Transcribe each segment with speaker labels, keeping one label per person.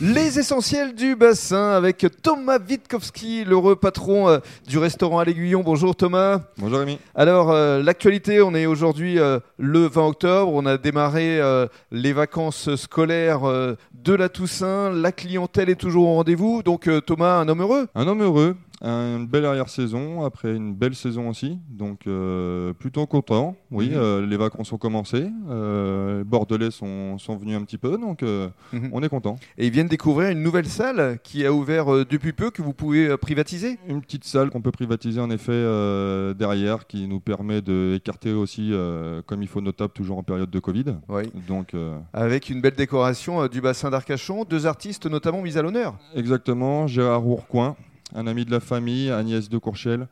Speaker 1: Les essentiels du bassin avec Thomas Witkowski, l'heureux patron euh, du restaurant à l'aiguillon. Bonjour Thomas.
Speaker 2: Bonjour Rémi.
Speaker 1: Alors, euh, l'actualité, on est aujourd'hui euh, le 20 octobre. On a démarré euh, les vacances scolaires euh, de la Toussaint. La clientèle est toujours au rendez-vous. Donc, euh, Thomas, un homme heureux.
Speaker 2: Un homme heureux, une belle arrière-saison, après une belle saison aussi, donc euh, plutôt content. Oui,
Speaker 1: Mhm.
Speaker 2: euh, les vacances ont commencé, euh, les Bordelais sont, sont venus un petit peu, donc euh,
Speaker 1: Mhm.
Speaker 2: on est content.
Speaker 1: Et ils viennent découvrir une nouvelle salle qui a ouvert euh, depuis peu, que vous pouvez euh, privatiser.
Speaker 2: Une petite salle qu'on peut privatiser en effet euh, derrière, qui nous permet d'écarter aussi, euh, comme il faut, nos tables toujours en période de Covid.
Speaker 1: Oui.
Speaker 2: Donc euh,
Speaker 1: Avec une belle décoration euh, du bassin d'Arcachon. Deux artistes notamment mis à l'honneur.
Speaker 2: exactement, Gérard Rourcoing, un ami de la famille, Agnès de Courchel,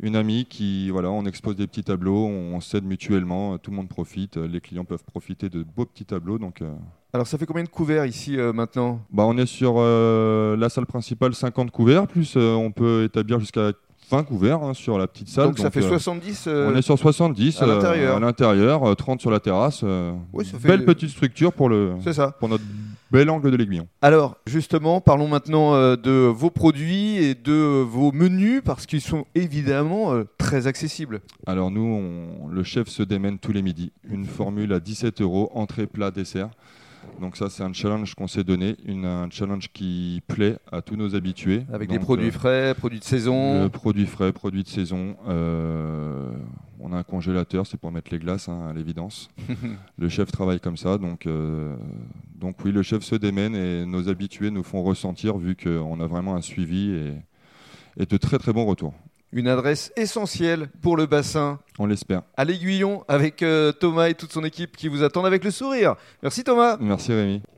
Speaker 2: une amie qui, voilà, on expose des petits tableaux, on s'aide mutuellement, euh, tout le monde profite, euh, les clients peuvent profiter de beaux petits tableaux. Donc, euh,
Speaker 1: Alors, ça fait combien de couverts ici euh, maintenant
Speaker 2: bah, on est sur euh, la salle principale 50 couverts, plus euh, on peut établir jusqu'à 20 couverts hein, sur la petite salle.
Speaker 1: Donc, ça fait
Speaker 2: euh,
Speaker 1: 70. euh,
Speaker 2: On est sur 70
Speaker 1: à
Speaker 2: euh,
Speaker 1: l'intérieur.
Speaker 2: à l'intérieur, euh, 30 sur la terrasse. euh,
Speaker 1: Oui, ça fait-
Speaker 2: Belle petite structure pour, le,
Speaker 1: C'est ça.
Speaker 2: pour notre bel angle de l'aiguillon.
Speaker 1: Alors justement, parlons maintenant euh, de vos produits et de euh, vos menus parce qu'ils sont évidemment euh, très accessibles.
Speaker 2: Alors nous, on- le chef se démène tous les midis. Une formule à 17 euros, entrée, plat, dessert. Donc ça, c'est un challenge qu'on s'est donné, une, un challenge qui plaît à tous nos habitués.
Speaker 1: Avec
Speaker 2: Donc,
Speaker 1: des produits
Speaker 2: euh,
Speaker 1: frais, produits de saison.
Speaker 2: le produit frais, produit de saison. euh, on a un congélateur, c'est pour mettre les glaces, hein, à l'évidence. le chef travaille comme ça, donc, euh, donc oui, le chef se démène et nos habitués nous font ressentir vu qu'on a vraiment un suivi et, et de très très bons retours.
Speaker 1: Une adresse essentielle pour le bassin.
Speaker 2: On l'espère.
Speaker 1: À l'aiguillon avec euh, Thomas et toute son équipe qui vous attendent avec le sourire. Merci Thomas.
Speaker 2: Merci Rémi.